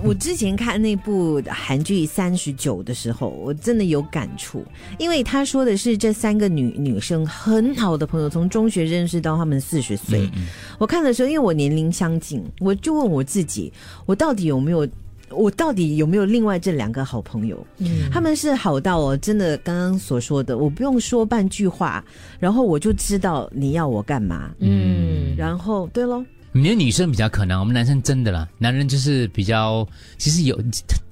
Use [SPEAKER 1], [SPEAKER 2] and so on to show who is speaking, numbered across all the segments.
[SPEAKER 1] 我之前看那部韩剧《三十九》的时候，我真的有感触，因为他说的是这三个女女生很好的朋友，从中学认识到她们四十岁。我看的时候，因为我年龄相近，我就问我自己，我到底有没有？我到底有没有另外这两个好朋友？嗯，他们是好到哦，真的刚刚所说的，我不用说半句话，然后我就知道你要我干嘛。嗯，然后对喽，
[SPEAKER 2] 你的女生比较可能，我们男生真的啦，男人就是比较，其实有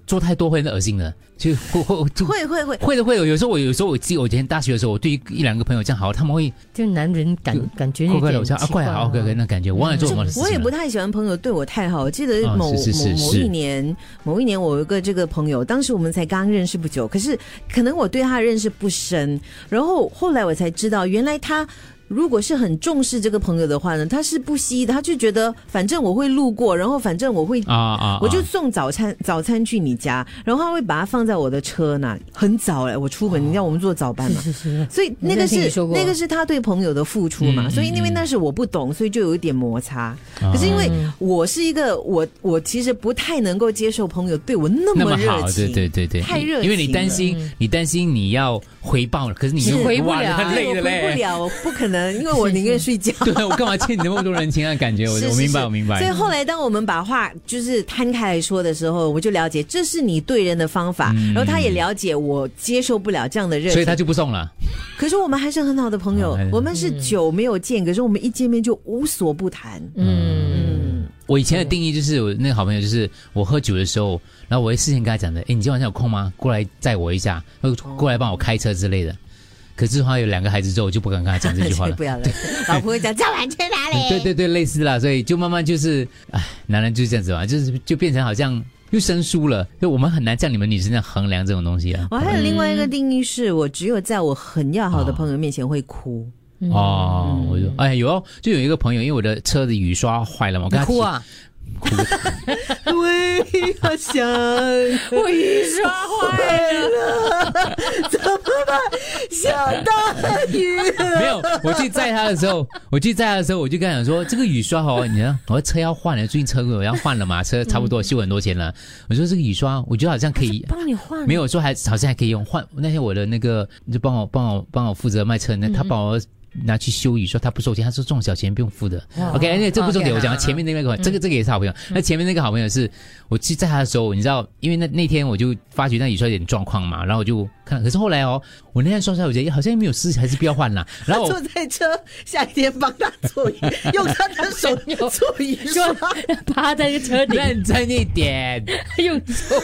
[SPEAKER 2] 做太多会很恶心的，就会会就
[SPEAKER 1] 会会会，
[SPEAKER 2] 会的会有。有时候我有时候我记，我以前大学的时候，我对一一两个朋友这样好，他们会
[SPEAKER 3] 就男人感感觉有
[SPEAKER 2] 怪怪的，
[SPEAKER 3] 点
[SPEAKER 2] 我
[SPEAKER 3] 奇
[SPEAKER 2] 像啊怪好怪怪那感觉，我忘了做什么事
[SPEAKER 1] 嗯
[SPEAKER 2] 情
[SPEAKER 1] 我也不
[SPEAKER 2] 了。
[SPEAKER 1] 太喜欢朋友对我太好。我记得
[SPEAKER 2] 啊
[SPEAKER 1] 某、
[SPEAKER 2] 是是是
[SPEAKER 1] 某某
[SPEAKER 2] 是
[SPEAKER 1] 一年，某一年我有一个这个朋友，当时我们才刚认识不久，可是可能我对他认识不深，然后后来我才知道，原来他。如果是很重视这个朋友的话呢，他是不惜的，他就觉得反正我会路过，然后反正我会
[SPEAKER 2] 啊啊！啊
[SPEAKER 1] 我就送早餐早餐去你家，然后他会把它放在我的车那里。很早哎、我出门，你知道我们做早班嘛，
[SPEAKER 3] 是是是，
[SPEAKER 1] 所以那
[SPEAKER 3] 我
[SPEAKER 1] 个
[SPEAKER 3] 之前听
[SPEAKER 1] 是
[SPEAKER 3] 你说过
[SPEAKER 1] 那个是他对朋友的付出嘛，
[SPEAKER 2] 嗯
[SPEAKER 1] 所以因为
[SPEAKER 2] 嗯嗯
[SPEAKER 1] 那是我不懂，所以就有一点摩擦。
[SPEAKER 2] 啊
[SPEAKER 1] 可是因为我是一个我我其实不太能够接受朋友对我那
[SPEAKER 2] 那
[SPEAKER 1] 么
[SPEAKER 2] 么
[SPEAKER 1] 热
[SPEAKER 2] 好，
[SPEAKER 1] 情，
[SPEAKER 2] 对对对对，
[SPEAKER 1] 太热情了
[SPEAKER 2] 因为你担心，你担心你要回报了，可是你又
[SPEAKER 3] 是回不
[SPEAKER 2] 哇
[SPEAKER 3] 了
[SPEAKER 2] 你很
[SPEAKER 1] 因为
[SPEAKER 2] 累
[SPEAKER 1] 我
[SPEAKER 2] 的
[SPEAKER 1] 哎回不
[SPEAKER 2] 嘞。
[SPEAKER 1] 了，我不可能，因为我 宁愿睡觉。
[SPEAKER 2] 对，我干嘛欠你那么多人情啊？感觉我
[SPEAKER 1] 是
[SPEAKER 2] 我
[SPEAKER 1] 是
[SPEAKER 2] 明白
[SPEAKER 1] 是
[SPEAKER 2] 我明白
[SPEAKER 1] 所以。后来，当我们把话就是摊开来说的时候，我就了解这是你对人的方法，然后他也了解我接受不了这样的热
[SPEAKER 2] 嗯所以
[SPEAKER 1] 情
[SPEAKER 2] 他。就不送了。
[SPEAKER 1] 可是我们还是很好的朋友
[SPEAKER 2] 啊还，是
[SPEAKER 1] 我们是久没有见，可是我们一见面就无所不谈。
[SPEAKER 3] 嗯，
[SPEAKER 2] 我以前的定义就是，我那个好朋友就是我喝酒的时候，然后我会事先跟他讲的，哎，你今天晚上有空吗？过来载我一下，或者过来帮我开车之类的。可是后来有两个孩子之后，我就不敢跟他讲这句话 了
[SPEAKER 1] 不。要了，老婆会讲叫完去哪里？
[SPEAKER 2] 对对对，类似啦，所以就慢慢就是，哎，男人就是这样子嘛，就是就变成好像又生疏了，就我们很难像你们女生这样衡量这种东西啊。
[SPEAKER 1] 我
[SPEAKER 3] 哦
[SPEAKER 1] 还有另外一个定义是，我只有在我很要好的朋友面前会哭。
[SPEAKER 2] 哦，我就哎有哦，就有一个朋友，因为我的车的雨刷坏了嘛，我跟他
[SPEAKER 3] 你
[SPEAKER 2] 提
[SPEAKER 3] 哭，啊，
[SPEAKER 2] 嗯
[SPEAKER 1] 对，我想
[SPEAKER 3] 我雨刷坏了，
[SPEAKER 1] 下 大雨，
[SPEAKER 2] 没有，我去载他的时候，我去载他的时候，我就跟他讲说，这个雨刷哦，你呢，我的车要换了，最近车我要换了嘛，车差不多修很多钱了，我说这个雨刷，我觉得好像可以。
[SPEAKER 3] 帮你换
[SPEAKER 2] 没有说还好像还可以用换那天我的那个就帮我帮我帮我负责卖车，
[SPEAKER 3] 嗯
[SPEAKER 2] 那他帮我拿去修理，说他不收钱，他说这种小钱不用付的。OK，那这不重点，
[SPEAKER 3] 哦 OK，
[SPEAKER 2] 我讲
[SPEAKER 3] 好嗯
[SPEAKER 2] 前面那个这个这个也是好朋友。那前面那个好朋友是我去载他的时候，你知道，因为那那天我就发觉那雨刷有点状况嘛，然后我就看，可是后来哦，我那天刷出来，我觉得好像没有事，还是不要 换啦。然后我
[SPEAKER 1] 坐在车，夏天帮他做雨，用他的手做雨 刷。 哦
[SPEAKER 3] 趴在这个车哎顶，
[SPEAKER 2] 认真一 点。
[SPEAKER 3] 用手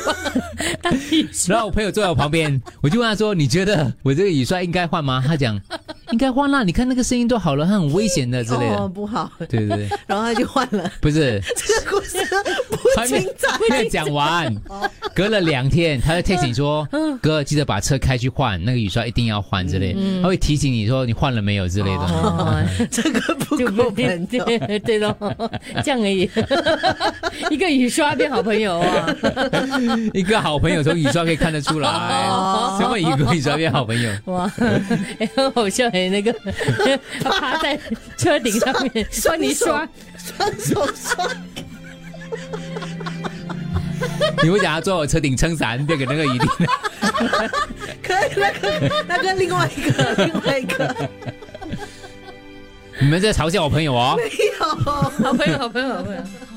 [SPEAKER 3] 当雨刷，
[SPEAKER 2] 然后我朋友坐在我旁边，我就问他说：“你觉得我这个雨刷应该换吗？”他讲：“应该换啦，你看那个声音都好了，它很危险的之类的。
[SPEAKER 1] 哦，不好，
[SPEAKER 2] 对对对，
[SPEAKER 1] 然后他就换了。
[SPEAKER 2] 不是，
[SPEAKER 1] 这个故事不
[SPEAKER 2] 还没
[SPEAKER 1] 精彩。
[SPEAKER 2] 还没讲完，隔了两天，他就提醒说：“哥，记得把车开去换，那个雨刷一定要换之类。”他会提醒你说你换了没有之类的。
[SPEAKER 3] 哦，
[SPEAKER 1] 这个不
[SPEAKER 3] 就
[SPEAKER 1] 够朋友。
[SPEAKER 3] 对对喽，这样而已， 一个雨刷变好朋友啊，
[SPEAKER 2] 一个好朋友从雨刷可以看得出来，
[SPEAKER 3] 哦
[SPEAKER 2] 什么一个雨刷变好朋友？
[SPEAKER 3] 哇，哎很好笑哎，那个 趴在车顶上面帮你刷，
[SPEAKER 1] 双手刷，
[SPEAKER 2] 你会讲他坐我车顶撑伞，别给那个雨滴。
[SPEAKER 1] 可以那个那个另外一个另外一 个哎
[SPEAKER 2] 你们在嘲笑我朋友哦？
[SPEAKER 1] 没有。
[SPEAKER 3] 好朋友，好朋友，好朋友。